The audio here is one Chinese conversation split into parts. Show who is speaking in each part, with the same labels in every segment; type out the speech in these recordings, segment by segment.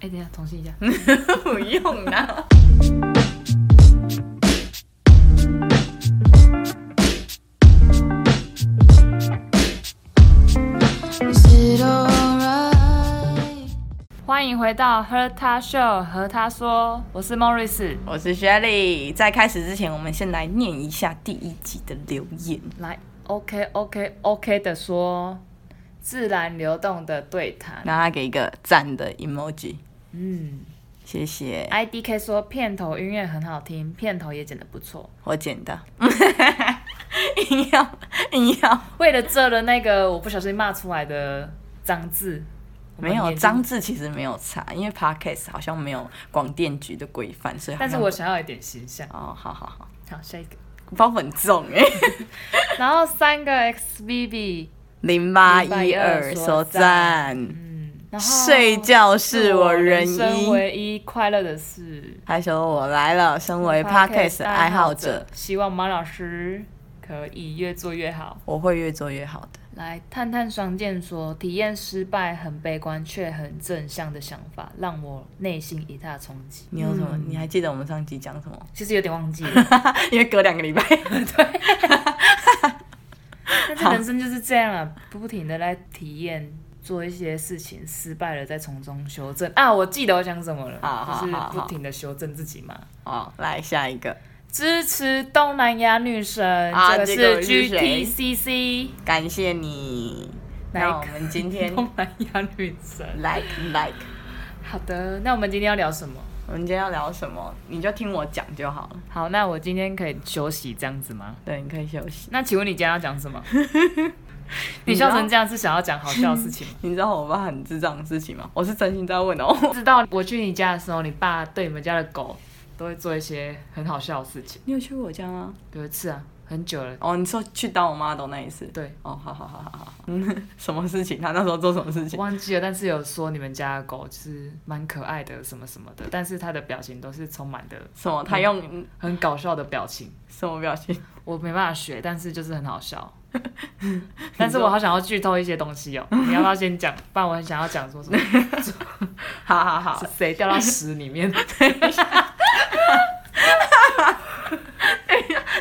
Speaker 1: 哎、等一下，重新一下。
Speaker 2: 不用啦。
Speaker 3: Is it alright?
Speaker 1: 欢迎回到《和他秀》，和他说，我是 Morris。
Speaker 2: 我是 Shelly，在开始之前，我们先来念一下第一集的留言。
Speaker 1: 来，OK OK OK 的说，自然流动的对谈。
Speaker 2: 让他给一个赞的 emoji，
Speaker 1: 嗯
Speaker 2: 谢谢。
Speaker 1: ，IDK 说片头音乐很好听，片头也剪得不错。
Speaker 2: 我剪的， 硬要硬要，
Speaker 1: 为了这的那个我不小心骂出来的脏字，我们
Speaker 2: 没有
Speaker 1: 眼睛
Speaker 2: 脏，字其实没有差，因为 podcast 好像没有广电局的规范，所以好
Speaker 1: 但
Speaker 2: 像
Speaker 1: 是我想要有点形象。
Speaker 2: 哦，好好好，
Speaker 1: 好，下一个。
Speaker 2: 包很重 哎、
Speaker 1: 然后三个 XBB，
Speaker 2: 零八一二说赞，
Speaker 1: 嗯，然后
Speaker 2: 睡觉是我人
Speaker 1: 生
Speaker 2: 一。
Speaker 1: 唯一快乐的事。
Speaker 2: 他说我来了，身为嗯 podcast 爱好者，，
Speaker 1: 希望马老师可以越做越好。
Speaker 2: 我会越做越好的。
Speaker 1: 来，探探双剑说，体验失败很悲观却很正向的想法，让我内心一大冲击。
Speaker 2: 你有什么？
Speaker 1: 嗯
Speaker 2: 你还记得我们上集讲什么？
Speaker 1: 其实有点忘记了，
Speaker 2: 因为隔两个礼拜，
Speaker 1: 但是人生就是这样啊，不停的来体验。做一些事情失败了，再从中修正啊！我记得我讲什么了，
Speaker 2: 好好好
Speaker 1: 就是
Speaker 2: 好
Speaker 1: 不停的修正自己嘛。
Speaker 2: 哦，来下一个，
Speaker 1: 支持东南亚女神，
Speaker 2: 啊
Speaker 1: 这
Speaker 2: 这
Speaker 1: 个
Speaker 2: 个
Speaker 1: 是
Speaker 2: 是谁
Speaker 1: GTCC
Speaker 2: 感谢你。
Speaker 1: 来
Speaker 2: 那我们今 天
Speaker 1: 东南亚女神。
Speaker 2: like like，
Speaker 1: 好的，那我们今天要聊什么？
Speaker 2: 我们今天要聊什么？你就听我讲就好了。
Speaker 1: 好，那我今天可以休息这样子吗？
Speaker 2: 对，你可以休息。
Speaker 1: 那请问你今天要讲什 么？你
Speaker 2: 你知道
Speaker 1: 笑成这样是想要讲好笑的事情吗？
Speaker 2: 你知道我爸很智障的事情吗？我是真心在问哦。
Speaker 1: 知道我去你家的时候，你爸对你们家的狗都会做一些很好笑的事情。
Speaker 2: 你有去我家吗？
Speaker 1: 有一次啊，很久了，
Speaker 2: 哦，你说去当我妈的那一次？
Speaker 1: 对，
Speaker 2: 哦，好好好好好 好。嗯，什么事情？他那时候做什么事
Speaker 1: 我
Speaker 2: 情？
Speaker 1: 忘记了，但是有说你们家的狗就是蛮可爱的，什么什么的，但是它的表情都是充满的
Speaker 2: 什么？他用、
Speaker 1: 很搞笑的表情。
Speaker 2: 什么表情？
Speaker 1: 我没办法学，但是就是很好笑。但是我好想要剧透一些东 西哦，你要不要先讲？不然我很想要讲说什么
Speaker 2: 好好好
Speaker 1: 是，谁掉到屎里面？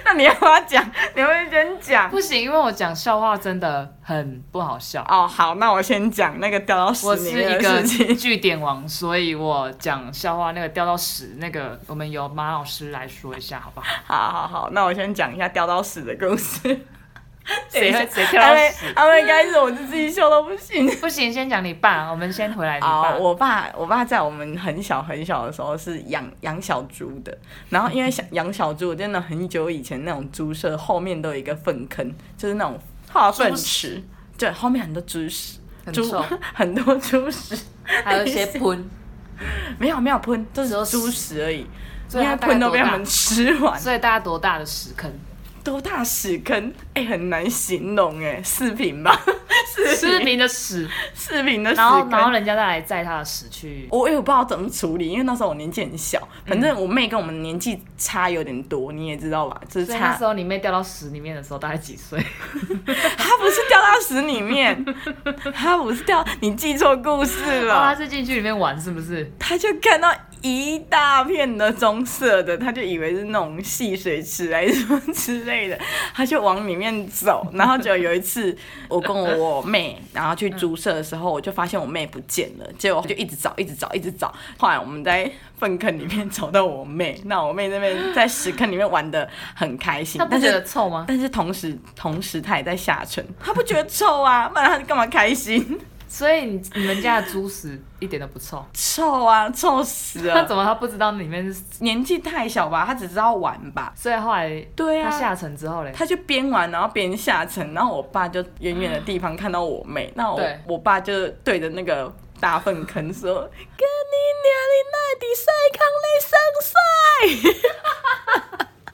Speaker 2: 那你要不要讲？你会先 讲？
Speaker 1: 不行，因为我讲笑话真的很不好笑。
Speaker 2: 哦，好，那我先讲那个掉到
Speaker 1: 我
Speaker 2: 屎
Speaker 1: 是
Speaker 2: 里
Speaker 1: 一
Speaker 2: 面
Speaker 1: 个
Speaker 2: 的事情。
Speaker 1: 据点王，所以我讲笑话那个掉到屎那个，我们由马老师来说一下好 不好？
Speaker 2: 好好好，那我先讲一下掉到屎的故事。
Speaker 1: 谁会谁掉
Speaker 2: 他
Speaker 1: 到
Speaker 2: 们
Speaker 1: 屎？
Speaker 2: 他们开始我就自己笑到不行。
Speaker 1: 不行，先讲你爸，我们先回来你
Speaker 2: 啊、
Speaker 1: 爸。
Speaker 2: 我爸，我爸在我们很小很小的时候是养养小猪的，然后因为小 养小猪，真的很久以前那种猪舍后面都有一个粪坑，就是那种化粪
Speaker 1: 猪
Speaker 2: 池，对，后面很多猪屎，
Speaker 1: 很
Speaker 2: 猪
Speaker 1: 臭，
Speaker 2: 很多猪屎，
Speaker 1: 还有一些喷，
Speaker 2: 没有没有喷，就
Speaker 1: 只有
Speaker 2: 是
Speaker 1: 屎
Speaker 2: 猪屎而已，
Speaker 1: 所
Speaker 2: 因
Speaker 1: 以
Speaker 2: 为
Speaker 1: 他大概
Speaker 2: 喷都被他
Speaker 1: 多大
Speaker 2: 们吃完，
Speaker 1: 所以大家多大的屎 坑？
Speaker 2: 多大屎坑，哎、很难形容哎、四平吧，
Speaker 1: 失明的屎。
Speaker 2: 四平的屎
Speaker 1: 然后，
Speaker 2: 坑，
Speaker 1: 然后人家再来载他的屎去。
Speaker 2: 我也不知道怎么处理，因为那时候我年纪很小，反
Speaker 1: 嗯
Speaker 2: 正我妹跟我们年纪差有点多，你也知道吧，就是
Speaker 1: 所以那
Speaker 2: 差
Speaker 1: 时。候你妹掉到屎里面的时候，大概几岁？
Speaker 2: 她不是掉到屎里面，她不是掉，你记错故事
Speaker 1: 哦她
Speaker 2: 了。
Speaker 1: 是进去里面玩，是不是？
Speaker 2: 她就看到一大片的棕色的，她就以为是那种戏水池还是什么之类的，她就往里面走。然后就有一次，我跟我妹然后去猪舍的时候，我就发现我妹不见了，结果我就一直找，一直找，一直找。后来我们在粪坑里面找到我妹，那我妹那边在屎坑里面玩的很开心
Speaker 1: 她，不
Speaker 2: 但
Speaker 1: 觉
Speaker 2: 是
Speaker 1: 得臭吗？
Speaker 2: 但是同时，同时他也在下沉，他不觉得臭啊，不然他干嘛开心？
Speaker 1: 所以你你们家的猪屎一点都不臭。
Speaker 2: 臭啊，臭死
Speaker 1: 那
Speaker 2: 了！
Speaker 1: 怎么她不知道里面是？
Speaker 2: 年纪太小吧，他只知道玩吧。
Speaker 1: 所以后来
Speaker 2: 对
Speaker 1: 她
Speaker 2: 啊，
Speaker 1: 下沉之后嘞，
Speaker 2: 他就边玩然后边下沉，然后我爸就远远的地方看到我妹，那我
Speaker 1: 对
Speaker 2: 我爸就对着那个大粪坑说：“跟你娘你那底晒康内生晒。”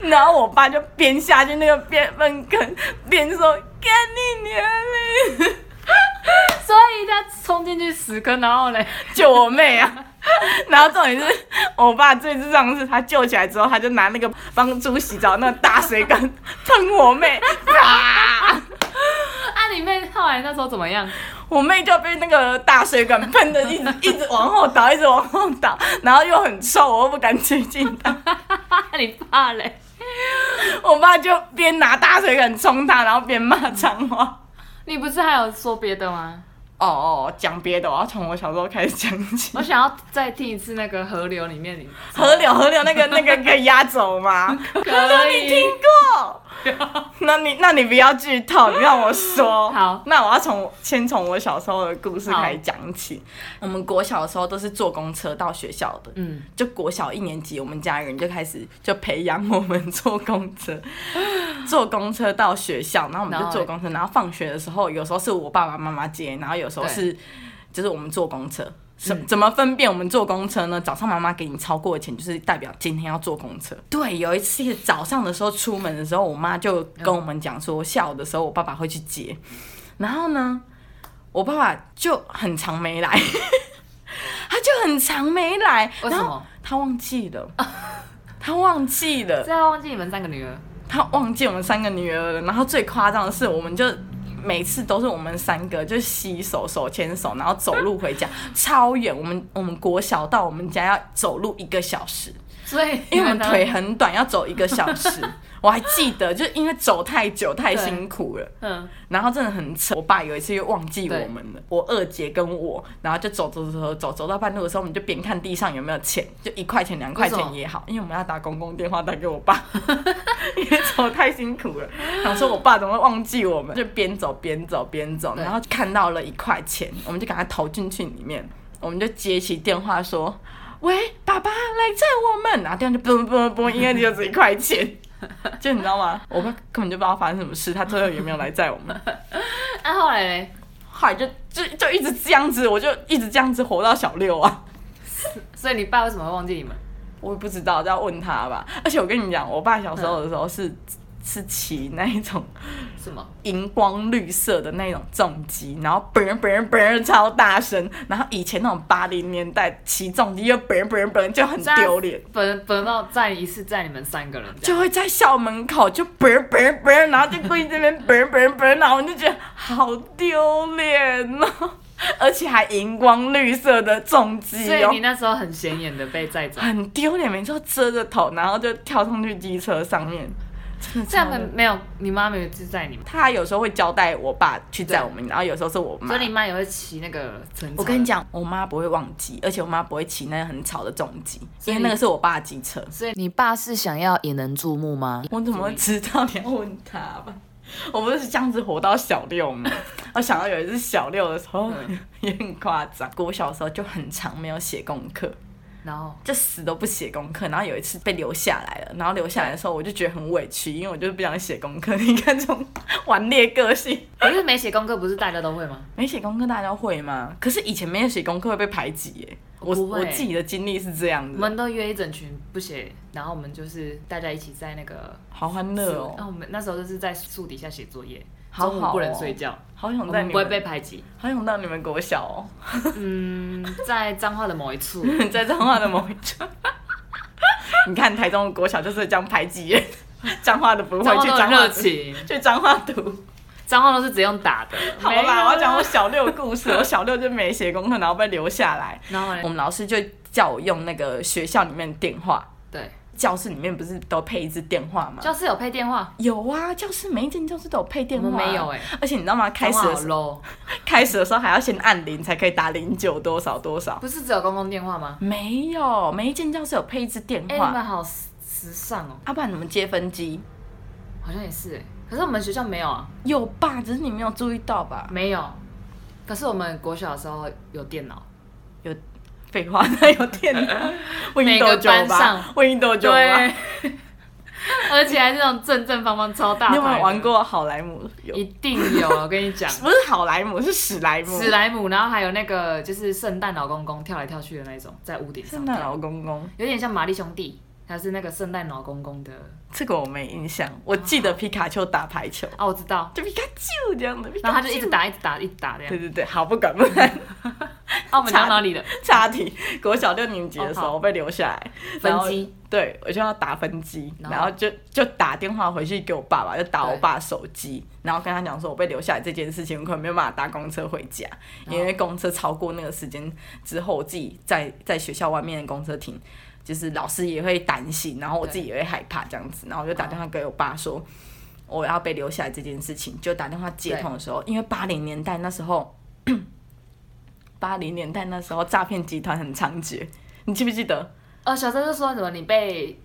Speaker 2: 然后我爸就边下去那个边粪坑边说：“跟你娘嘞。”
Speaker 1: 所以她冲进去屎坑，然后嘞，
Speaker 2: 救我妹啊！然后重点是我爸最智障的是，他救起来之后，他就拿那个帮猪洗澡那个大水缸喷我妹，啪！
Speaker 1: 啊，你妹后来那时候怎么样？
Speaker 2: 我妹就被那个大水管喷的，一直一直往后倒，一直往后倒，然后又很臭，我又不敢接近她。
Speaker 1: 你怕嘞？
Speaker 2: 我爸就边拿大水管冲她，然后边骂脏话。
Speaker 1: 你不是还有说别的吗？
Speaker 2: 哦哦，讲别的，我要从我小时候开始讲起
Speaker 1: 我。想要再听一次那个河流里面你
Speaker 2: 河流，河流，那个那个可以压走吗？河流，
Speaker 1: 可
Speaker 2: 你
Speaker 1: 以
Speaker 2: 听过？那你那你不要剧透，你让我说。
Speaker 1: 好
Speaker 2: 那我要从先从我小时候的故事
Speaker 1: 好
Speaker 2: 开始讲起。我们国小的时候都是坐公车到学校的，
Speaker 1: 嗯，
Speaker 2: 就国小一年级，我们家人就开始就培养我们坐公车，坐公车到学校，然后我们
Speaker 1: 然
Speaker 2: 就
Speaker 1: 后
Speaker 2: 坐公车，然后放学的时候，有时候是我爸爸妈妈接，然后有时候
Speaker 1: 对
Speaker 2: 是就是我们坐公车。怎
Speaker 1: 嗯
Speaker 2: 怎么分辨我们坐公车呢？早上妈妈给你超过的钱，就是代表今天要坐公车。对，有一次早上的时候出门的时候，我妈就跟我们讲说，下午的时候我爸爸会去接。然后呢，我爸爸就很长没来， 他就很长没来。
Speaker 1: 为什
Speaker 2: 然后
Speaker 1: 么？
Speaker 2: 他忘记了，他忘记了
Speaker 1: 这，要忘记你们三个女儿，
Speaker 2: 他忘记我们三个女儿了。然后最夸张的是，我们就每次都是我们三个就洗手、手牵手，然后走路回家，超远。我们我们国小到我们家要走路一个小时，
Speaker 1: 所以
Speaker 2: 因为我们
Speaker 1: 当
Speaker 2: 腿很短，要走一个小时。我还记得，就因为走太久太辛苦了。
Speaker 1: 嗯，
Speaker 2: 然后真的很扯，我爸有一次又忘记我们了，我二姐跟我，然后就走走走走走走到半路的时候，我们就边看地上有没有钱，就一块钱两块
Speaker 1: 为什
Speaker 2: 钱
Speaker 1: 么
Speaker 2: 也好，因为我们要打公共电话打给我爸，因为走太辛苦了，想说我爸怎么会忘记我们，就边走边走边走，
Speaker 1: 对
Speaker 2: 然后看到了一块钱，我们就赶快投进去里面，我们就接起电话说。喂，爸爸来载我们，然后电话就嘣嘣嘣，应该就只一块钱，就你知道吗？我爸根本就不知道发生什么事，他最后也没有来载我们。
Speaker 1: 那、啊后来嘞，
Speaker 2: 后来就就就一直这样子，我就一直这样子活到小六啊。
Speaker 1: 所以你爸为什么会忘记你们？
Speaker 2: 我也不知道，要问他吧。而且我跟你讲，我爸小时候的时候是、
Speaker 1: 嗯
Speaker 2: 是骑那一种
Speaker 1: 什么？
Speaker 2: 荧光绿色的那种重机，然后嘣嘣嘣超大声。然后以前那种八零年代骑重机又嘣嘣嘣就很丢脸，
Speaker 1: 本本到再一次载你们三个人这
Speaker 2: 就
Speaker 1: 样，
Speaker 2: 会在校门口就嘣嘣嘣，然后就故意这边嘣嘣嘣，然后我就觉得好丢脸哦。而且还荧光绿色的重机
Speaker 1: 所
Speaker 2: 哦
Speaker 1: 以你，那时候很显眼的被载走，
Speaker 2: 很丢脸，每次都遮着头，然后就跳上去机车上面，真的
Speaker 1: 这样
Speaker 2: 超
Speaker 1: 没
Speaker 2: 丢脸
Speaker 1: 没有你妈没有去载你们，
Speaker 2: 他有时候会交代我爸去载我们，然后有时候是我妈
Speaker 1: 所。以你妈也会骑那个乘车。
Speaker 2: 我跟你，讲，我妈不会忘记，而且我妈不会骑那个很吵的重机，因
Speaker 1: 所以
Speaker 2: 为那个是我爸的机车。
Speaker 1: 所以你爸是想要引人注目吗？
Speaker 2: 我怎么会知道？你要问他吧。 我不是这样子活到小 六吗？我想到有一次小六的时候、
Speaker 1: 嗯
Speaker 2: 也很夸张，我小的时候就很长没有写功课，
Speaker 1: 然后
Speaker 2: 就死都不写功课，然后有一次被留下来了，然后留下来的时候我就觉得很委屈，因为我就是不想写功课。 你看这种顽劣个性，
Speaker 1: 可是没写功课不是大家都会吗？
Speaker 2: 没写功课大家会吗？可是以前没有写功课会被排挤耶。我
Speaker 1: 不会
Speaker 2: 我自己的经历是这样
Speaker 1: 我
Speaker 2: 子，
Speaker 1: 们都约一整群不写，然后我们就是大家一起在那个
Speaker 2: 好欢乐
Speaker 1: 那
Speaker 2: 哦，
Speaker 1: 我们那时候就是在树底下写作业，
Speaker 2: 好
Speaker 1: 中
Speaker 2: 好、
Speaker 1: 午
Speaker 2: 哦，
Speaker 1: 不能睡，觉，
Speaker 2: 好
Speaker 1: 我
Speaker 2: 想在
Speaker 1: 们
Speaker 2: 你
Speaker 1: 不会
Speaker 2: 们，
Speaker 1: 被排 挤。
Speaker 2: 好想到你们国小哦。
Speaker 1: 嗯，在彰化的某一处，
Speaker 2: 在彰化的某一种。 你看台中的国小就是这样排挤人，彰化的不会
Speaker 1: 彰化
Speaker 2: 去
Speaker 1: 都很
Speaker 2: 彰化
Speaker 1: 热
Speaker 2: 读，
Speaker 1: 情，
Speaker 2: 去彰化读。
Speaker 1: 彰化都是只用打的。
Speaker 2: 好
Speaker 1: 没有
Speaker 2: 啦，我要讲我
Speaker 1: 啊
Speaker 2: 小六的故事。我小六就没写功课，然后被留下来。
Speaker 1: 然后嘞
Speaker 2: 我们老师就叫我用那个学校里面的电话，
Speaker 1: 对，
Speaker 2: 教室里面不是都配一支电话吗？
Speaker 1: 教室有配电话，
Speaker 2: 有啊，教室每一间教室都有配
Speaker 1: 我
Speaker 2: 电话。啊
Speaker 1: 们没有。哎，
Speaker 2: 而且你知道吗？开始
Speaker 1: 彰化
Speaker 2: 的
Speaker 1: 好
Speaker 2: 时候
Speaker 1: low，
Speaker 2: 开始的时候还要先按铃才可以打零九多少多少。
Speaker 1: 不是只有公共电话吗？
Speaker 2: 没有，每一间教室有配一支电
Speaker 1: 哎，
Speaker 2: 话。
Speaker 1: 你们好时时尚哦，
Speaker 2: 要、不然你们接分机？
Speaker 1: 好像也是哎，可是我们学校没有啊，
Speaker 2: 有吧？只是你没有注意到吧？
Speaker 1: 没有。可是我们国小的时候有电脑，
Speaker 2: 废话，那有 电脑
Speaker 1: 每个
Speaker 2: ，Windows 九
Speaker 1: 班
Speaker 2: 吧
Speaker 1: 上
Speaker 2: ，Windows 九吧。
Speaker 1: 对，啊 而且还是那种正正方方超大。
Speaker 2: 你有没有玩？过好莱坞？有，
Speaker 1: 一定有，我跟你讲，
Speaker 2: 不 是好莱坞，是史莱姆。
Speaker 1: 史莱姆，然后还有那个就是圣诞老公公跳来跳去的那种，在屋顶上
Speaker 2: 圣诞
Speaker 1: 跳，
Speaker 2: 老哦公公，
Speaker 1: 有点像玛丽兄弟，他是那个圣诞老公公的
Speaker 2: 这个我没印象。我记得皮卡丘打排球，
Speaker 1: 啊，我知道。
Speaker 2: 就皮卡丘这样的。
Speaker 1: 然后他就一直
Speaker 2: 皮卡
Speaker 1: 打，一直打，一直打这
Speaker 2: 丘。对
Speaker 1: 样。
Speaker 2: 对对，好不管不管。
Speaker 1: 澳门讲哪里的？
Speaker 2: 差 题，国小六年级的时
Speaker 1: 哦好
Speaker 2: 候被留下来，
Speaker 1: 分机，
Speaker 2: 对我就要打分机，
Speaker 1: 然
Speaker 2: 然
Speaker 1: 后
Speaker 2: 后就就打电话回去给我爸爸，就打我爸手机，然后跟他讲说我被留下来这件事情，我可能没有办法搭公车回家，因
Speaker 1: 哦
Speaker 2: 为公车超过那个时间之后，我自己在在学校外面的公车停。就是老师也会担心，然后我自己也会害怕这样子，然后我就打电话给我爸说，我要被留下来这件事情，就打电话接通的时候，因为八零年代那时候， 八零年代那时候诈骗集团很猖獗，你记不记得？
Speaker 1: 呃，小三就说什么你被，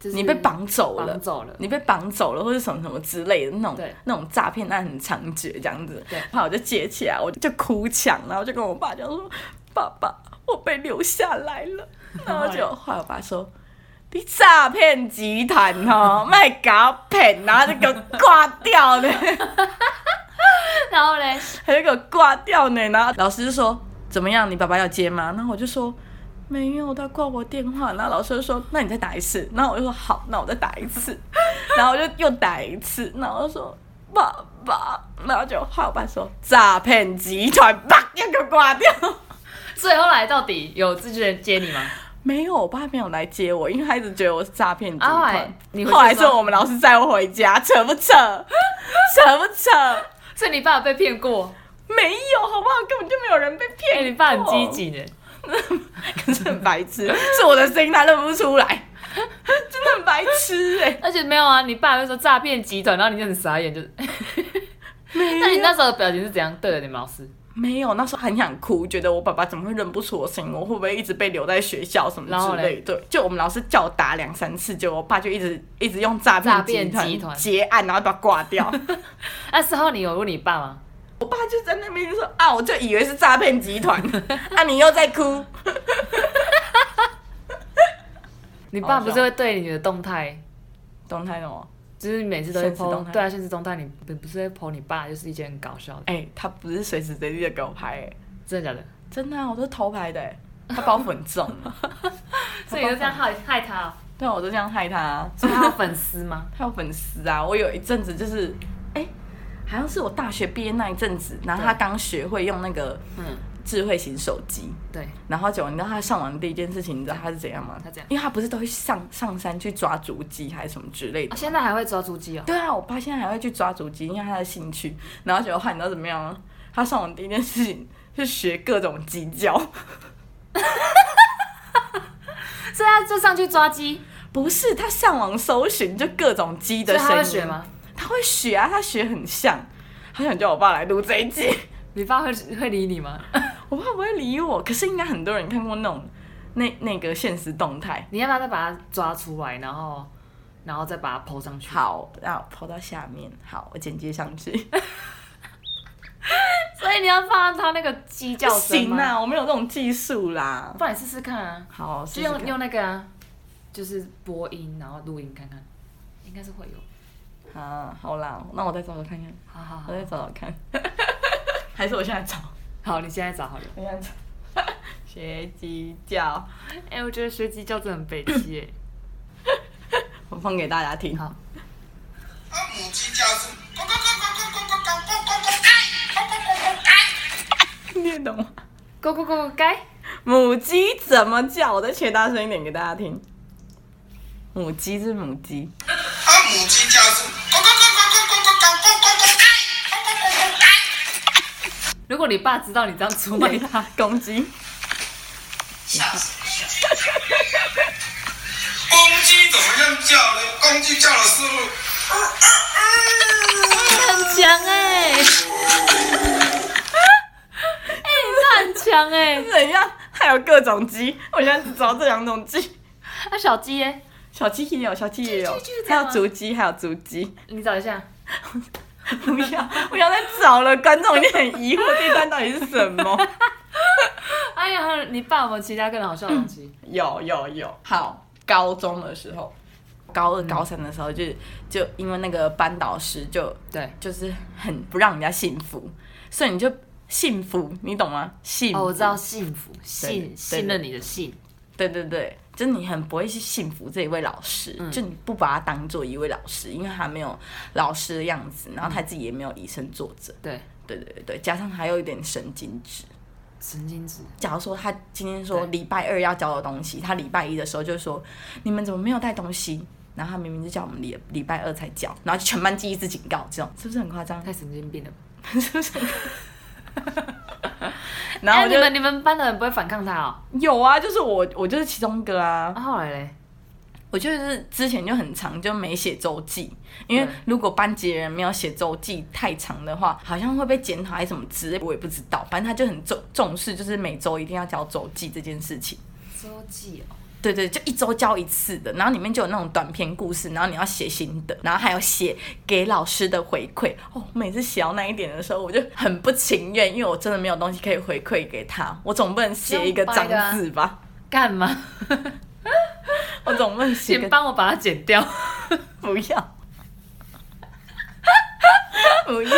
Speaker 1: 就是
Speaker 2: 你被绑走了
Speaker 1: 绑，走了，
Speaker 2: 你被绑走了，或者什么什么之类的那种
Speaker 1: 对
Speaker 2: 那种诈骗案很猖獗这样子。
Speaker 1: 对
Speaker 2: 后来我就接起来，我就哭腔，然后就跟我爸讲说：“爸爸，我被留下来 了。”然后就后来我爸说。你诈骗集团哦，卖搞骗，然后就给我挂掉了，
Speaker 1: 然后嘞，
Speaker 2: 他就给我挂掉呢。然后老师就说：“怎么样？你爸爸要接吗？”然后我就说：“没有，他挂我电话。”然后老师就说：“那你再打一次。”然后我就说：“好，那我再打一次。” 然后我就又打一次，然后我就说：“爸爸。”然后就后来我爸说：“诈骗集团，啪，又给我挂掉。”
Speaker 1: 所以后来到底有这些人接你吗？
Speaker 2: 没有，我爸没有来接我，因为他一直觉得我是诈骗集
Speaker 1: 啊后
Speaker 2: 团。
Speaker 1: 来你回去
Speaker 2: 后来是
Speaker 1: 说
Speaker 2: 我们老师载我回家，扯不扯？ 扯不扯？
Speaker 1: 所以你爸有被骗过？
Speaker 2: 没有，好不好？根本就没有人被骗、
Speaker 1: 哎、你爸很积，极呢。
Speaker 2: 可是很白痴，是我的声音他认不出来，真的很白痴哎、
Speaker 1: 而且没有啊，你爸就说诈骗集团，然后你就很傻眼，就是。 那你那时候的表情是怎样对着你们老师？
Speaker 2: 没有，那时候很想哭，觉得我爸爸怎么会认不出我声音？我会不会一直被留在学校什么
Speaker 1: 然后
Speaker 2: 之类
Speaker 1: 嘞
Speaker 2: 的？对，就我们老师叫我打两三次，结果我爸就一直一直用诈
Speaker 1: 诈
Speaker 2: 骗
Speaker 1: 骗集
Speaker 2: 集
Speaker 1: 团
Speaker 2: 团结案，然后把它挂掉。
Speaker 1: 那时候你有问你爸吗？
Speaker 2: 我爸就在那边就说啊，我就以为是诈骗集团， 啊，你又在哭，
Speaker 1: 你爸
Speaker 2: 好
Speaker 1: 不
Speaker 2: 笑
Speaker 1: 是会对你的动态，
Speaker 2: 懂太懂？
Speaker 1: 就是你每次都会
Speaker 2: 限时动
Speaker 1: po，
Speaker 2: 态
Speaker 1: 对啊，现实动态你不不是会 po 你爸，就是一件很搞笑的，
Speaker 2: 哎、他不是随时随地的给我拍、哎，
Speaker 1: 真的假的？
Speaker 2: 真的、啊，我都偷拍的、哎他把我粉中了，
Speaker 1: 所以你就这样害害他、哦，
Speaker 2: 对啊，我都这样害他、啊，
Speaker 1: 所以他有粉丝 吗？
Speaker 2: 他有粉丝啊，我有一阵子就是，哎、好像是我大学毕业那一阵子，然后他刚学会用那个
Speaker 1: 嗯，
Speaker 2: 智慧型手机，
Speaker 1: 对，
Speaker 2: 然后结果你知道他上网第一件事情，你知道他是怎样吗？
Speaker 1: 他怎样
Speaker 2: 因为他不是都会上上山去抓竹鸡还是什么之类的
Speaker 1: 啊，，现在还会抓猪鸡哦，
Speaker 2: 对啊，我爸现在还会去抓足鸡，因为他的兴趣。然后结果后来你知道怎么样吗？他上网第一件事情是学各种鸡 叫，
Speaker 1: 所以他就上去抓鸡，
Speaker 2: 不是他上网搜寻就各种鸡
Speaker 1: 所以
Speaker 2: 的声音。
Speaker 1: 他会学？吗？
Speaker 2: 他会学啊，他学很像。他想叫我爸来录这一集，
Speaker 1: 你爸会会理你吗？
Speaker 2: 我爸不会理我。可是应该很多人看过那种那那个现实动态。
Speaker 1: 你要不要再把它抓出来，然后然后再把它 PO 上去？，
Speaker 2: 好，然后抛到下面。好，我剪接 上去。啊
Speaker 1: 所以你要放他那个鸡叫
Speaker 2: 不
Speaker 1: 声
Speaker 2: 行
Speaker 1: 吗？
Speaker 2: 啊，我没有这种技术啦。
Speaker 1: 不然你试试看啊，
Speaker 2: 好，试
Speaker 1: 就
Speaker 2: 试
Speaker 1: 用
Speaker 2: 看
Speaker 1: 用那个啊，就是播音，然后录音看看，应该是会有。
Speaker 2: 啊，好啦，那我再找找看看。
Speaker 1: 好好好
Speaker 2: 我，再找找看， 还是我现在找？
Speaker 1: 好，你现在找好了。
Speaker 2: 我现在找。 学鸡叫，
Speaker 1: 哎、我觉得学鸡叫真的很悲戚 耶。
Speaker 2: 我放给大家听。
Speaker 1: 好
Speaker 4: 啊，母鸡叫是咕咕咕咕咕咕咕咕咕咕咕盖，咕咕咕咕盖。
Speaker 2: 你也懂吗？
Speaker 1: Go go go go 该，
Speaker 2: 母鸡怎么叫？我再切大声一点给大家听。母鸡是母鸡，
Speaker 4: 啊，母鸡叫是咕咕咕咕咕咕咕咕咕咕咕盖，咕咕咕咕盖。
Speaker 1: 如果你爸知道你这样出卖他，
Speaker 2: 公鸡。
Speaker 4: 吓死公鸡怎么样叫呢？公鸡叫的时候，
Speaker 1: 很强 哎、哎、你爸很强哎、
Speaker 2: 怎样？还有各种鸡，我现在只找这两种鸡。
Speaker 1: 那、啊小鸡耶、
Speaker 2: 小鸡也有，小鸡也有
Speaker 1: 鸡鸡鸡，这
Speaker 2: 还
Speaker 1: 样吗啊
Speaker 2: 有竹鸡，还有竹鸡。
Speaker 1: 你找一下。
Speaker 2: 不要，不要再找了，观众一定很疑惑这段到底是什么。
Speaker 1: 哎呀，你爸有没有其他更好笑的东西？
Speaker 2: 有有有，好，高中的时候，高
Speaker 1: 嗯
Speaker 2: 二高三的时候就，就因为那个班导师就
Speaker 1: 对，
Speaker 2: 就是很不让人家幸福，所以你就幸福，你懂吗？幸福，
Speaker 1: 哦，我知道幸福，信
Speaker 2: 对
Speaker 1: 信任你的信，
Speaker 2: 对对对，就你很不会去幸福这一位老师，就你不把他当做一位老师，因为他没有老师的样子，然后他自己也没有以身作则，
Speaker 1: 对，
Speaker 2: 对对对对，加上他又有一点神经质，
Speaker 5: 神经质，
Speaker 2: 假如说他今天说
Speaker 5: 对
Speaker 2: 礼拜二要交的东西，他礼拜一的时候就说你们怎么没有带东西？然后他明明就叫我们礼礼拜二才交，然后全班记一次警告，这种是不是很夸张？
Speaker 1: 太神经病了吧。
Speaker 2: 然后
Speaker 1: 哎
Speaker 2: 我
Speaker 1: 你
Speaker 2: 就、
Speaker 1: 们你们班的人不会反抗他哦？
Speaker 2: 有啊，就是我我就是其中一个啊
Speaker 1: 啊，。后来嘞，
Speaker 2: 我就是之前就很长就没写周记，因为
Speaker 1: 对
Speaker 2: 如果班级的人没有写周记太长的话，好像会被检讨还是什么之类，我也不知道。反正他就很重重视，就是每周一定要交周记这件事情。
Speaker 1: 周记哦，
Speaker 2: 对对，就一周交一次的，然后里面就有那种短篇故事，然后你要写心得，然后还有写给老师的回馈。哦，每次写到那一点的时候，我就很不情愿，因为我真的没有东西可以回馈给他，我总不能写一个脏字吧？
Speaker 1: 干 嘛？
Speaker 2: 我总不能写
Speaker 1: 请
Speaker 2: 个
Speaker 1: 帮我把它剪 掉。
Speaker 2: 不要， 不要，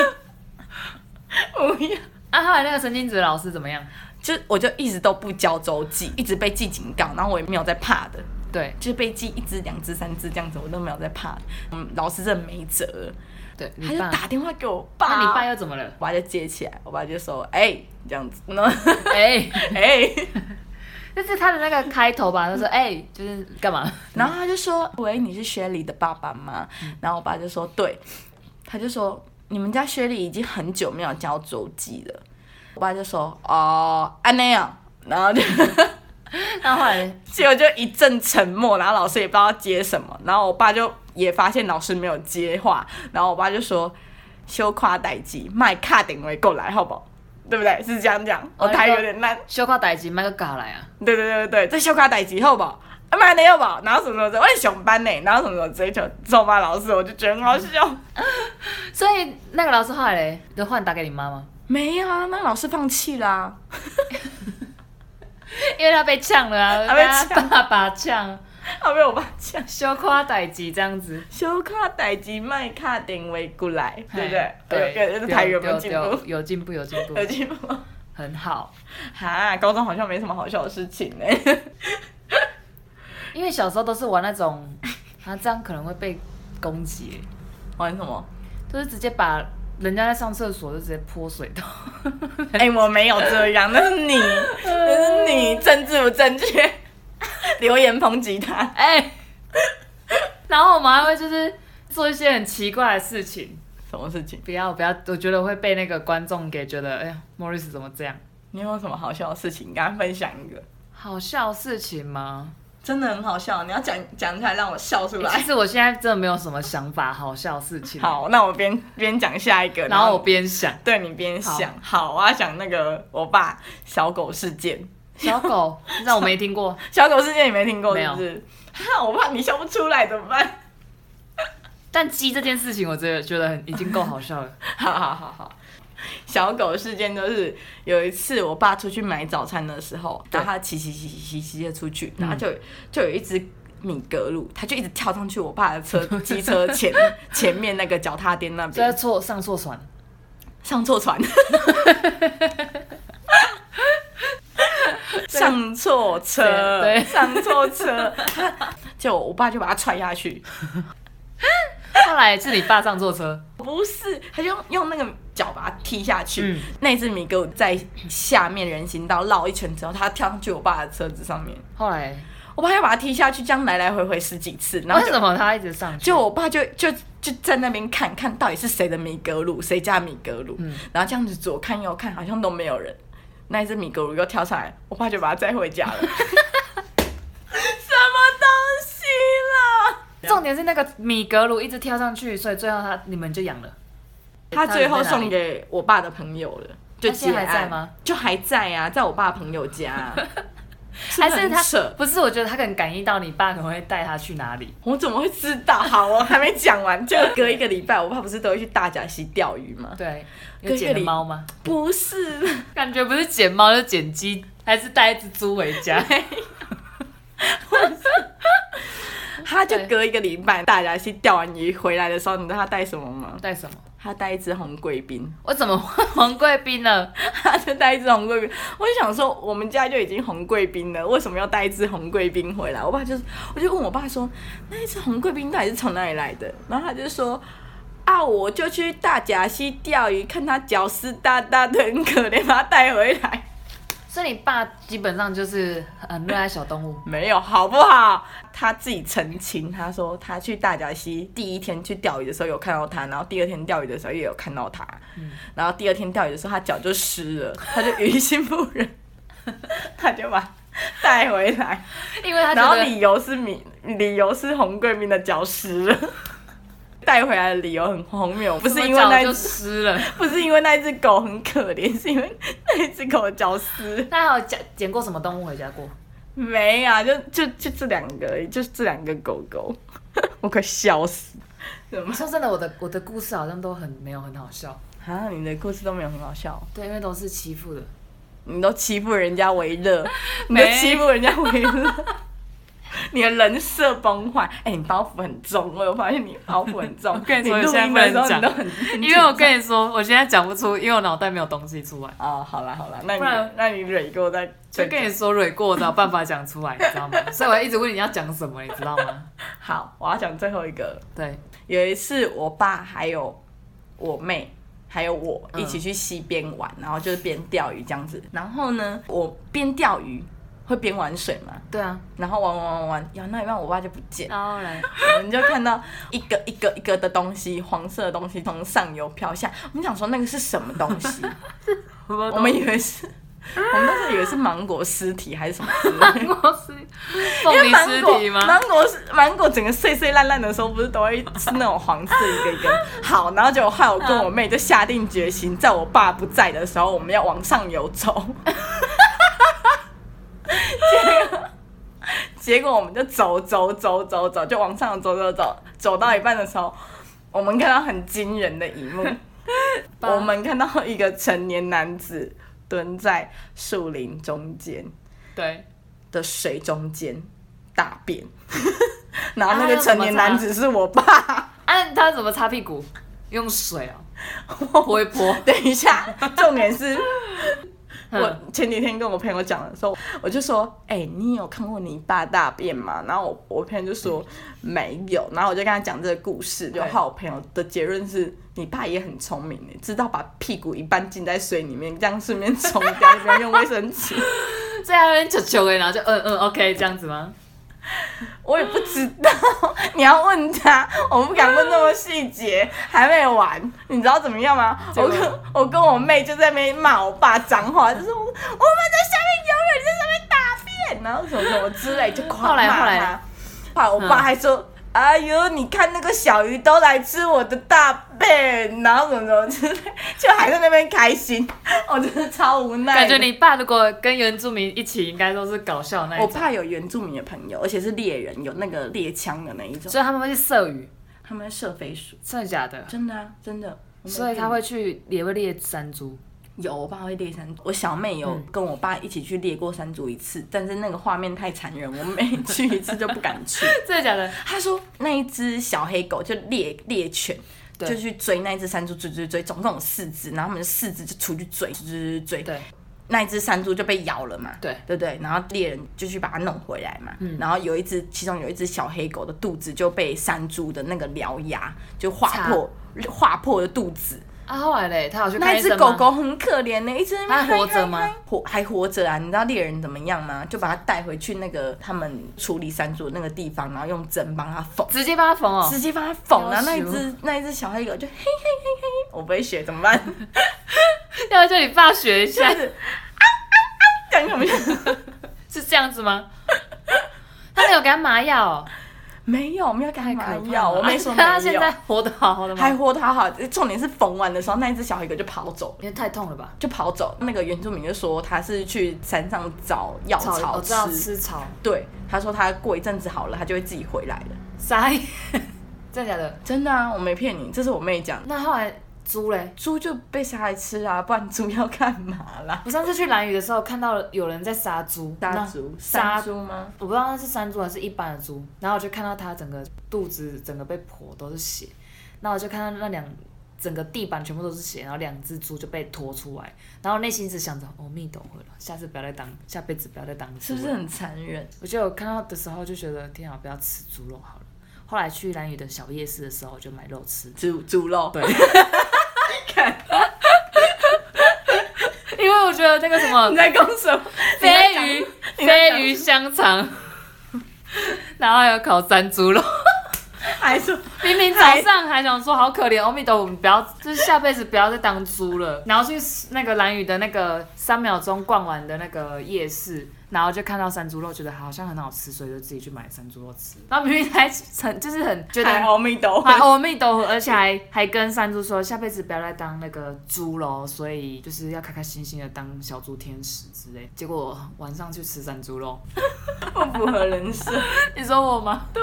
Speaker 2: 不要。
Speaker 1: 啊，后来那个神经质的老师怎么样？
Speaker 2: 就我就一直都不交周记，一直被记警告，然后我也没有在怕的，
Speaker 1: 对
Speaker 2: 就是被记一只、两只、三只这样子，我都没有在怕的。嗯，老师真的没辙了，
Speaker 1: 对，
Speaker 2: 他
Speaker 1: 你
Speaker 2: 就
Speaker 1: 爸，
Speaker 2: 打电话给我
Speaker 1: 那
Speaker 2: 爸，
Speaker 1: 你爸又怎么了？
Speaker 2: 我爸就接起来，我爸就说：“哎、这样子呢，
Speaker 1: 哎，
Speaker 2: 哎、
Speaker 1: 这是他的那个开头吧？他
Speaker 2: 嗯
Speaker 1: 说哎，就是干嘛？
Speaker 2: 然后他就说：“喂，你是薛礼的爸爸吗？”然后我爸就说：“对。”他就说：“你们家薛礼已经很久没有交周记了。”我爸就说：“哦，安那样。”然后就
Speaker 1: 那后来嘞
Speaker 2: 结果就一阵沉默，然后老师也不知道接什么，然后我爸就也发现老师没有接话，然后我爸就说：“羞夸代记，卖卡顶位过来，好不好？”对不对？是这样讲，我
Speaker 1: 哦你
Speaker 2: 台语
Speaker 1: 说
Speaker 2: 有点烂。
Speaker 1: 修靠代机麦克搞来啊？
Speaker 2: 对对对对对，这小卡代志好不好？啊妈的要不好，然后什么什么的，我也上班呢，然后什么什么追求咒骂老师，我就觉得很好笑。
Speaker 1: 所以那个老师后来嘞，就换打给你妈吗？
Speaker 2: 没有啊，那老师放弃啦、
Speaker 1: 因为他被呛了啊，
Speaker 2: 他被呛
Speaker 1: 爸爸呛，
Speaker 2: 后啊面我爸讲
Speaker 1: 羞夸代机这样子，
Speaker 2: 小卡代志卖卡定位过来，对不对
Speaker 1: 哎？
Speaker 2: 有有有
Speaker 1: 对，
Speaker 2: 台语有没有
Speaker 1: 对
Speaker 2: 进
Speaker 1: 对
Speaker 2: 步？
Speaker 1: 有进步，有进步，
Speaker 2: 有进步 吗？
Speaker 1: 很好。
Speaker 2: 哈，高中好像没什么好笑的事情呢。
Speaker 1: 因为小时候都是玩那种，啊，这样可能会被攻击，
Speaker 2: 玩什么？
Speaker 1: 就是直接把人家在上厕所就直接泼水桶。
Speaker 2: 哎、我没有这样，那是 你，那是你政治不正确， 留言抨击他。
Speaker 1: 哎、 然后我们还会就是做一些很奇怪的事情。
Speaker 2: 什么事情？
Speaker 1: 不要不要，我觉得会被那个观众给觉得，哎呀，Morris 怎么这样？
Speaker 2: 你有没有什么好笑的事情？跟他分享一个。
Speaker 1: 好笑的事情吗？
Speaker 2: 真的很好笑，你要讲讲出来让我笑出
Speaker 1: 欸其
Speaker 2: 来。
Speaker 1: 实我现在真的没有什么想法，好笑的事情。，
Speaker 2: 好，那我边边讲下一个，
Speaker 1: 然后我边 想，
Speaker 2: 对你边想。好，我要讲那个我爸小狗事件。
Speaker 1: 小狗，那我没听 过，
Speaker 2: 小狗事件你没听过
Speaker 1: 没
Speaker 2: 是
Speaker 1: 有
Speaker 2: 不是？哈，我怕你笑不出来怎么办？
Speaker 1: 但鸡这件事情，我真的觉得很已经够 好笑 了。
Speaker 2: 好好好好。小狗事件就是有一次我爸出去买早餐的时候，然后他骑骑骑骑骑骑着出去，
Speaker 1: 嗯
Speaker 2: 然后就就有一只米格鲁，它就一直跳上去我爸 的车机车前前面那个脚踏垫那
Speaker 1: 这要
Speaker 2: 边，
Speaker 1: 错上错船，
Speaker 2: 上错 船，上错车，
Speaker 1: 对对
Speaker 2: 上错车， 就我爸就把他踹下去，
Speaker 1: 后来是你爸上错车，
Speaker 2: 不是，他就用用那个脚把它踢下去。
Speaker 1: 嗯
Speaker 2: 那只米给我在下面人行道绕一圈之后，它跳上去我爸的车子上面，
Speaker 1: 后来
Speaker 2: 我爸要把它踢下去，这样来来回回十几次，然后
Speaker 1: 为
Speaker 2: 就
Speaker 1: 什么他一直上去？
Speaker 2: 就我爸就就就在那边看看到底是谁的米格鲁，谁家米格鲁，
Speaker 1: 嗯
Speaker 2: 然后这样子左看右看，好像都没有人。那一只米格鲁又跳上来，我爸就把它载 回家了。什么东西啦？
Speaker 1: 重点是那个米格鲁一直跳上去，所以最后他你们就养了。
Speaker 2: 他最后送给我爸的朋友了，就
Speaker 1: 他现在
Speaker 2: 结
Speaker 1: 还在
Speaker 2: 案
Speaker 1: 吗？
Speaker 2: 就还在啊，在我爸朋友家 啊、是不
Speaker 1: 还
Speaker 2: 是
Speaker 1: 是
Speaker 2: 很
Speaker 1: 他
Speaker 2: 扯？
Speaker 1: 不是？我觉得他可能感应到你爸可能会带他去哪里。
Speaker 2: 我怎么会知道？好，我还没讲完，就隔一个礼拜，我爸不是都会去大甲溪钓鱼吗？
Speaker 1: 对，
Speaker 2: 跟
Speaker 1: 有
Speaker 2: 一
Speaker 1: 捡
Speaker 2: 个
Speaker 1: 了
Speaker 2: 礼
Speaker 1: 猫吗？
Speaker 2: 不是，
Speaker 1: 感觉不是捡猫就是捡鸡，还是带一只猪回家？
Speaker 2: 他就隔一个礼拜，大甲溪钓完鱼回来的时候，你知道他带什么吗？
Speaker 1: 带什么？
Speaker 2: 他带一只红贵宾，
Speaker 1: 我怎么换黄贵宾了？
Speaker 2: 他就带一只红贵宾。我就想说，我们家就已经红贵宾了，为什么要带一只红贵宾回来？我爸就是，我就问我爸说，那一只红贵宾到底是从哪里来的？然后他就说。啊！我就去大甲溪钓鱼，看它脚湿哒哒的，很可怜，把它带回来。。
Speaker 1: 所以你爸基本上就是很热爱小动物
Speaker 2: 没有，好不好？他自己澄清，他说他去大甲溪第一天去钓鱼的时候有看到他，然后第二天钓鱼的时候也有看到他，然后第二天钓鱼的时候他脚就湿了，他就于心不忍， 他就把带回来，
Speaker 1: 因为他
Speaker 2: 然后
Speaker 1: 觉得
Speaker 2: 理由是米，理由是红贵宾的脚湿了。 带回来的理由很荒谬，不是因为
Speaker 1: 我
Speaker 2: 那
Speaker 1: 脚
Speaker 2: 一
Speaker 1: 就
Speaker 2: 只，
Speaker 1: 湿了，
Speaker 2: 不是因为那一只狗很可怜，是因为那一只狗的脚湿了。
Speaker 1: 那还有捡捡过什么动物回家过？
Speaker 2: 没啊，就就就这两个而已，就是这两个狗狗， 我快笑死！怎么
Speaker 1: 说真的，我的我的故事好像都很没有很好笑，
Speaker 2: 啊？你的故事都没有很好笑，哦
Speaker 1: 对，因为都是欺负的。
Speaker 2: 你都欺负人家为 乐，你都
Speaker 1: 没
Speaker 2: 欺负人家为乐， 你的人设崩坏。哎、你包袱很重，我有发现你包袱 很重。
Speaker 1: 跟你说
Speaker 2: 录
Speaker 1: 现在
Speaker 2: 音
Speaker 1: 不
Speaker 2: 的
Speaker 1: 能
Speaker 2: 时候你
Speaker 1: 讲
Speaker 2: 都很，
Speaker 1: 因为我跟你说，我现在讲不出，因为我脑袋没有东西出来。
Speaker 2: 哦，好啦好啦，那
Speaker 1: 不然
Speaker 2: 你那你蕊给我再
Speaker 1: 就
Speaker 2: 再
Speaker 1: 跟你
Speaker 2: 讲
Speaker 1: 说蕊过，我才有办法讲出来，你知道吗？所以我一直问你要讲什么，你知道吗？
Speaker 2: 好，我要讲最后一个了。
Speaker 1: 对，
Speaker 2: 有一次，我爸还有我妹还有我
Speaker 1: 嗯
Speaker 2: 一起去溪边玩，然后就是边钓鱼这样子。然后呢，我边钓鱼会边玩水嘛，
Speaker 1: 对啊，
Speaker 2: 然后玩玩玩玩，呀，那一半我爸就不见了，
Speaker 1: 然后嘞，
Speaker 2: 我们就看到一个一个一个的东西，黄色的东西从上游飘下。我们想说那个是什么东西，我
Speaker 1: 我
Speaker 2: 们以为是。我们当时以为是芒果尸体还是什么之类的，
Speaker 1: 我是凤梨尸体吗？
Speaker 2: 芒果是芒果整个碎碎烂烂的时候，不是都会是那种黄色一个一个。好，然后就害我跟我妹就下定决心，在我爸不在的时候，我们要往上游走。结果，结果我们就走走走走走，就往上走走走，走到一半的时候，我们看到很惊人的一幕，我们看到一个成年男子蹲在树林中间。
Speaker 1: 对，
Speaker 2: 的水中间大 便，然后那个成年男子是我爸。
Speaker 1: 啊，他怎么擦屁股？用水哦，泼一泼。
Speaker 2: 等一下，重点是 我
Speaker 1: 嗯
Speaker 2: 前几天跟我朋友讲的时候，我就说：“哎、你有看过你爸大便吗？”然后我我朋友就说没有，然后我就跟他讲这个故事，就
Speaker 1: 对
Speaker 2: 害我朋友的结论是。你爸也很聪明耶，知道把屁股一半浸在水里面，这样顺便冲掉，不用用卫生
Speaker 1: 所
Speaker 2: 纸。
Speaker 1: 以他有点糗糗哎，然后就嗯嗯，OK 这样子吗？
Speaker 2: 我也不知道， 你要问他，我不敢问那么细节，还没完，你知道怎么样吗？
Speaker 1: 结
Speaker 2: 我
Speaker 1: 果
Speaker 2: 跟我跟我妹就在那边骂我爸脏话，就是我我们在下面游泳，你在上面大便，然后什么什么之类，就狂
Speaker 1: 后来
Speaker 2: 骂
Speaker 1: 后来
Speaker 2: 他。后来我爸
Speaker 1: 嗯
Speaker 2: 还说。哎呦，你看那个小鱼都来吃我的大便，然后什么什么之类，就还在那边开心， 我真的超无奈的。
Speaker 1: 感觉你爸如果跟原住民一起，应该都是搞笑那一
Speaker 2: 我
Speaker 1: 种，
Speaker 2: 怕有原住民的朋友，而且是猎人，有那个猎枪的那一种，
Speaker 1: 所以他们会去射鱼，
Speaker 2: 他们在射飞鼠。
Speaker 1: 真的假的？
Speaker 2: 真的啊，真的。我没有
Speaker 1: 所以他
Speaker 2: 骗
Speaker 1: 会去也会猎山 猪，
Speaker 2: 你有，我爸会猎山。我小妹有
Speaker 1: 嗯
Speaker 2: 跟我爸一起去猎过山猪一次，但是那个画面太残忍，我每 去一次就不敢 去。
Speaker 1: 真的假的？
Speaker 2: 他说那一只小黑狗就猎猎犬。
Speaker 1: 对
Speaker 2: 就去追那一只山猪，追追追，总共有四只，然后他们四只就出去追，追追追追，
Speaker 1: 对，
Speaker 2: 那一只山猪就被咬了嘛，
Speaker 1: 对嗯
Speaker 2: 对不对？然后猎人就去把它弄回来嘛，然后有一只，其中有一只小黑狗的肚子就被山猪的那个獠牙就划
Speaker 1: 插
Speaker 2: 破，划破了肚子，
Speaker 1: 啊，后来嘞，他有去
Speaker 2: 那
Speaker 1: 看
Speaker 2: 一
Speaker 1: 医
Speaker 2: 只
Speaker 1: 生
Speaker 2: 狗
Speaker 1: 吗？
Speaker 2: 狗很可怜呢、一直在那边
Speaker 1: 它还活着吗
Speaker 2: 嗨？嗨嗨活还活着啊！你知道猎人怎么样吗？就把它带回去那个他们处理山猪的那个地方，然后用针帮它缝，
Speaker 1: 直接帮他缝哦，
Speaker 2: 直接帮它缝。
Speaker 1: 要
Speaker 2: 然后那一
Speaker 1: 求
Speaker 2: 只那一只小黑狗就嘿嘿嘿嘿，我不会学怎么 办？
Speaker 1: 要不叫你爸学一下，
Speaker 2: 啊讲什么样？
Speaker 1: 是这样子吗？他没有给他麻药哦，
Speaker 2: 没有，没有给它
Speaker 1: 太
Speaker 2: 麻
Speaker 1: 可怕
Speaker 2: 药，
Speaker 1: 了。
Speaker 2: 我没 说没
Speaker 1: 他现
Speaker 2: 有
Speaker 1: 在。活得好好的
Speaker 2: 还
Speaker 1: 吗？
Speaker 2: 活得好好，重点是缝完的时候，那一只小黑狗就跑走，
Speaker 1: 因为太痛了吧？
Speaker 2: 就跑走。那个原住民就说他是去山上找哦药
Speaker 1: 草，
Speaker 2: 草
Speaker 1: 我知道吃草，
Speaker 2: 对，他说他过一阵子好了，他就会自己回来了。
Speaker 1: 啥意？ 真的假的？
Speaker 2: 真的啊，我没骗你，这是我妹讲的。
Speaker 1: 那后来猪嘞？
Speaker 2: 猪就被杀来吃啊，不然猪要干嘛啦？
Speaker 1: 我上次去蓝屿的时候，看到了有人在杀猪，
Speaker 2: 杀
Speaker 1: 那
Speaker 2: 猪，杀
Speaker 1: 杀
Speaker 2: 猪吗？
Speaker 1: 我不知道那是山猪还是一般的猪，然后我就看到它整个肚子整个被剖都是血，然后我就看到那两整个地板全部都是血，然后两只猪就被拖出来，然后内心只想着哦，蜜豆回了，下次不要再当，下辈子不要再当
Speaker 2: 是
Speaker 1: 猪
Speaker 2: 不
Speaker 1: 了。
Speaker 2: 是很残忍？
Speaker 1: 我就有看到的时候就觉得天啊，不要吃猪肉好了。后来去兰屿的小夜市的时候，我就买肉吃，
Speaker 2: 猪猪肉，对，
Speaker 1: 因为我觉个那个什么
Speaker 2: 你在讲什么？你在
Speaker 1: 飞
Speaker 2: 讲
Speaker 1: 鱼
Speaker 2: 你在讲
Speaker 1: 飞鱼香肠，然后还有烤山猪肉。
Speaker 2: 还说
Speaker 1: 明明早上还想说好可怜，阿弥陀佛，我们不要，就是下辈子不要再当猪了。然后去那个蓝宇的那个三秒钟逛完的那个夜市，然后就看到山猪肉，觉得好像很好吃，所以就自己去买山猪肉吃。然后明明还很 就是很觉得哦
Speaker 2: 还阿弥陀
Speaker 1: 还
Speaker 2: 佛，
Speaker 1: 阿弥陀佛，而且还还跟山猪说下辈子不要再当那个猪喽，所以就是要开开心心的当小猪天使之类。结果晚上去吃山猪肉，
Speaker 2: 不符合人设。
Speaker 1: 你说我吗？对，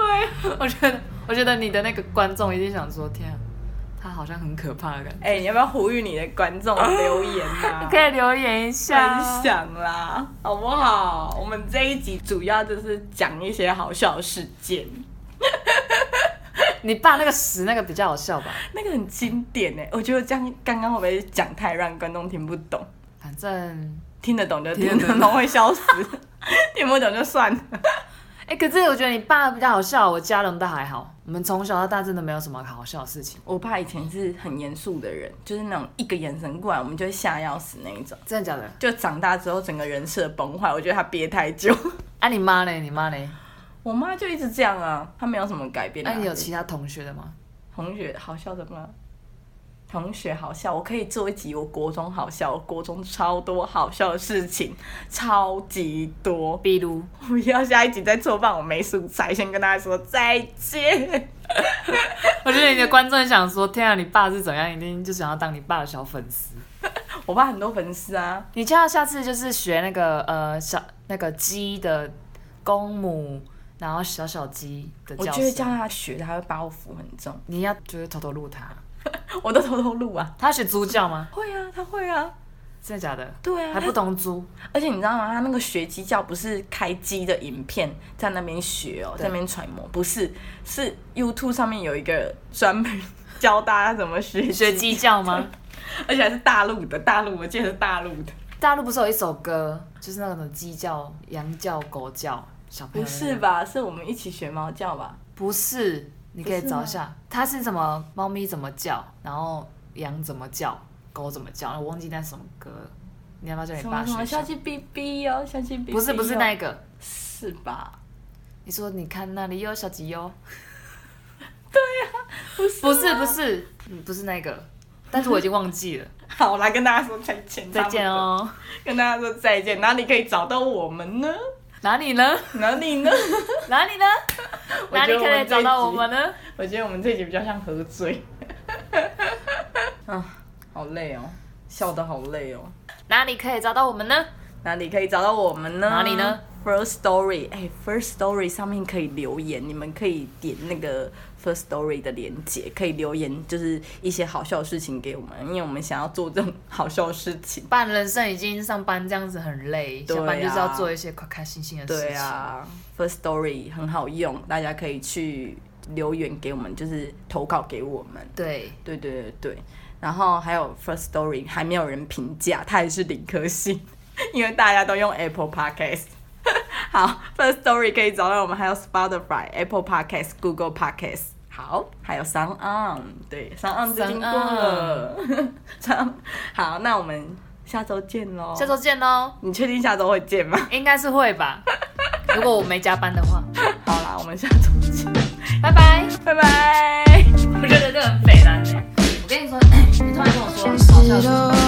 Speaker 1: 我觉得我觉得你的那个观众一定想说，天啊，他好像很可怕的感觉。
Speaker 2: 哎、你要不要呼吁你的观众留言 啊？
Speaker 1: 可以留言一下啊
Speaker 2: 分享啦，好不好？我们这一集主要就是讲一些好笑的事件，
Speaker 1: 你爸那个屎那个比较好笑吧？
Speaker 2: 那个很经典哎、我觉得这样刚刚会不会讲太让观众听不懂？
Speaker 1: 反正，
Speaker 2: 听得懂就
Speaker 1: 听得
Speaker 2: 听得懂，会笑 死；听不懂就算了。
Speaker 1: 哎、可是我觉得你爸比较好笑，我家人都还好。我们从小到大真的没有什么好笑的事情，
Speaker 2: 我爸以前是很严肃的人，就是那种一个眼神过来我们就会吓要死那一种。
Speaker 1: 真的假的？
Speaker 2: 就长大之后，整个人设崩坏，我觉得他憋太久。
Speaker 1: 啊，你妈呢？你妈呢？
Speaker 2: 我妈就一直这样啊，她没有什么改变、
Speaker 1: 那、
Speaker 2: 啊。
Speaker 1: 你有其他同学的吗？
Speaker 2: 同学好笑的吗？同学好笑，我可以做一集。我国中好笑，我国中超多好笑的事情，超级多。
Speaker 1: 比如，
Speaker 2: 不要下一集再错放，我没素材，先跟大家说再见。
Speaker 1: 我觉得你的观众想说，天啊，你爸是怎样？一定就想要当你爸的小粉丝。
Speaker 2: 我爸很多粉丝啊，
Speaker 1: 你叫他下次就是学那个呃小那个鸡的公母，然后小小鸡的
Speaker 2: 我
Speaker 1: 叫
Speaker 2: 就
Speaker 1: 声。
Speaker 2: 会叫他学，他会包袱很重，
Speaker 1: 你要就是偷偷录他。
Speaker 2: 我都偷偷录啊。
Speaker 1: 他学猪叫吗？
Speaker 2: 会啊，他会啊，
Speaker 1: 真的假的？
Speaker 2: 对啊
Speaker 1: 还不懂猪，
Speaker 2: 而且你知道吗？他那个学鸡叫不是开机的影片在那边学哦，在那边揣摩，不是，是 YouTube 上面有一个专门 教大家怎么学
Speaker 1: 学鸡，叫吗？
Speaker 2: 而且还是大陆的，大陆我记得是大陆的，
Speaker 1: 大陆不是有一首歌，就是那种鸡叫、羊叫、狗叫，小朋
Speaker 2: 不
Speaker 1: 友
Speaker 2: 是？吧？是我们一起学猫叫吧？
Speaker 1: 不是，你可以
Speaker 2: 不是吗
Speaker 1: 找一下，它是什么？猫咪怎么叫？然后羊怎么叫？狗怎么叫？我忘记那什么歌了，你要不要叫你
Speaker 2: 什
Speaker 1: 爸
Speaker 2: 么什
Speaker 1: 学
Speaker 2: 么
Speaker 1: 一下
Speaker 2: 相？信 B B 哦，相信 B B，
Speaker 1: 不是不是那一个，
Speaker 2: 是吧？
Speaker 1: 你说你看那里有小鸡 哟，
Speaker 2: 啊不是
Speaker 1: 不是不是嗯不是那个，但是我已经忘记 了。
Speaker 2: 好，我来跟大家说再见，
Speaker 1: 再见哦，
Speaker 2: 差不多，跟大家说再见，哪里可以找到我们呢？
Speaker 1: 哪里 呢？
Speaker 2: 哪里呢？
Speaker 1: 哪里呢？
Speaker 2: 我
Speaker 1: 哪里
Speaker 2: 觉得
Speaker 1: 可以
Speaker 2: 这
Speaker 1: 找到我
Speaker 2: 集
Speaker 1: 们呢？
Speaker 2: 我觉得我们这集比较像喝醉。 啊，好累哦，笑得好累哦。
Speaker 1: 哪里可以找到我们呢？
Speaker 2: 哪里可以找到我们呢？
Speaker 1: 哪里呢
Speaker 2: ？First Story，哎、f i r s t Story 上面可以留言，你们可以点那个 First Story 的连接，可以留言，就是一些好笑的事情给我们，因为我们想要做这种好笑的事情。
Speaker 1: 不然人生已经上班这样子很累，
Speaker 2: 对啊
Speaker 1: 下班就是要做一些开开心心的事情。
Speaker 2: 对啊，First Story 很好用，大家可以去留言给我们，就是投稿给我们。
Speaker 1: 对，
Speaker 2: 对对对对，然后还有 First Story 还没有人评价，它也是零颗星， 因为大家都用 Apple Podcast。好，First Story 可以找到我们，还有 Spotify、Apple Podcast、Google Podcast，好，还有 Sound On，对，Sound On 最近过了 Sound- 好，那我们下周见喽。
Speaker 1: 下周见喽，
Speaker 2: 你确定下周会见吗？
Speaker 1: 应该是会吧，如果我没加班的话。
Speaker 2: 好啦，我们下周见，
Speaker 1: 拜拜。
Speaker 2: 拜拜。
Speaker 1: 我觉得这很北南呢、我跟你说，你突然跟我说好笑的事情。
Speaker 3: Is it alright?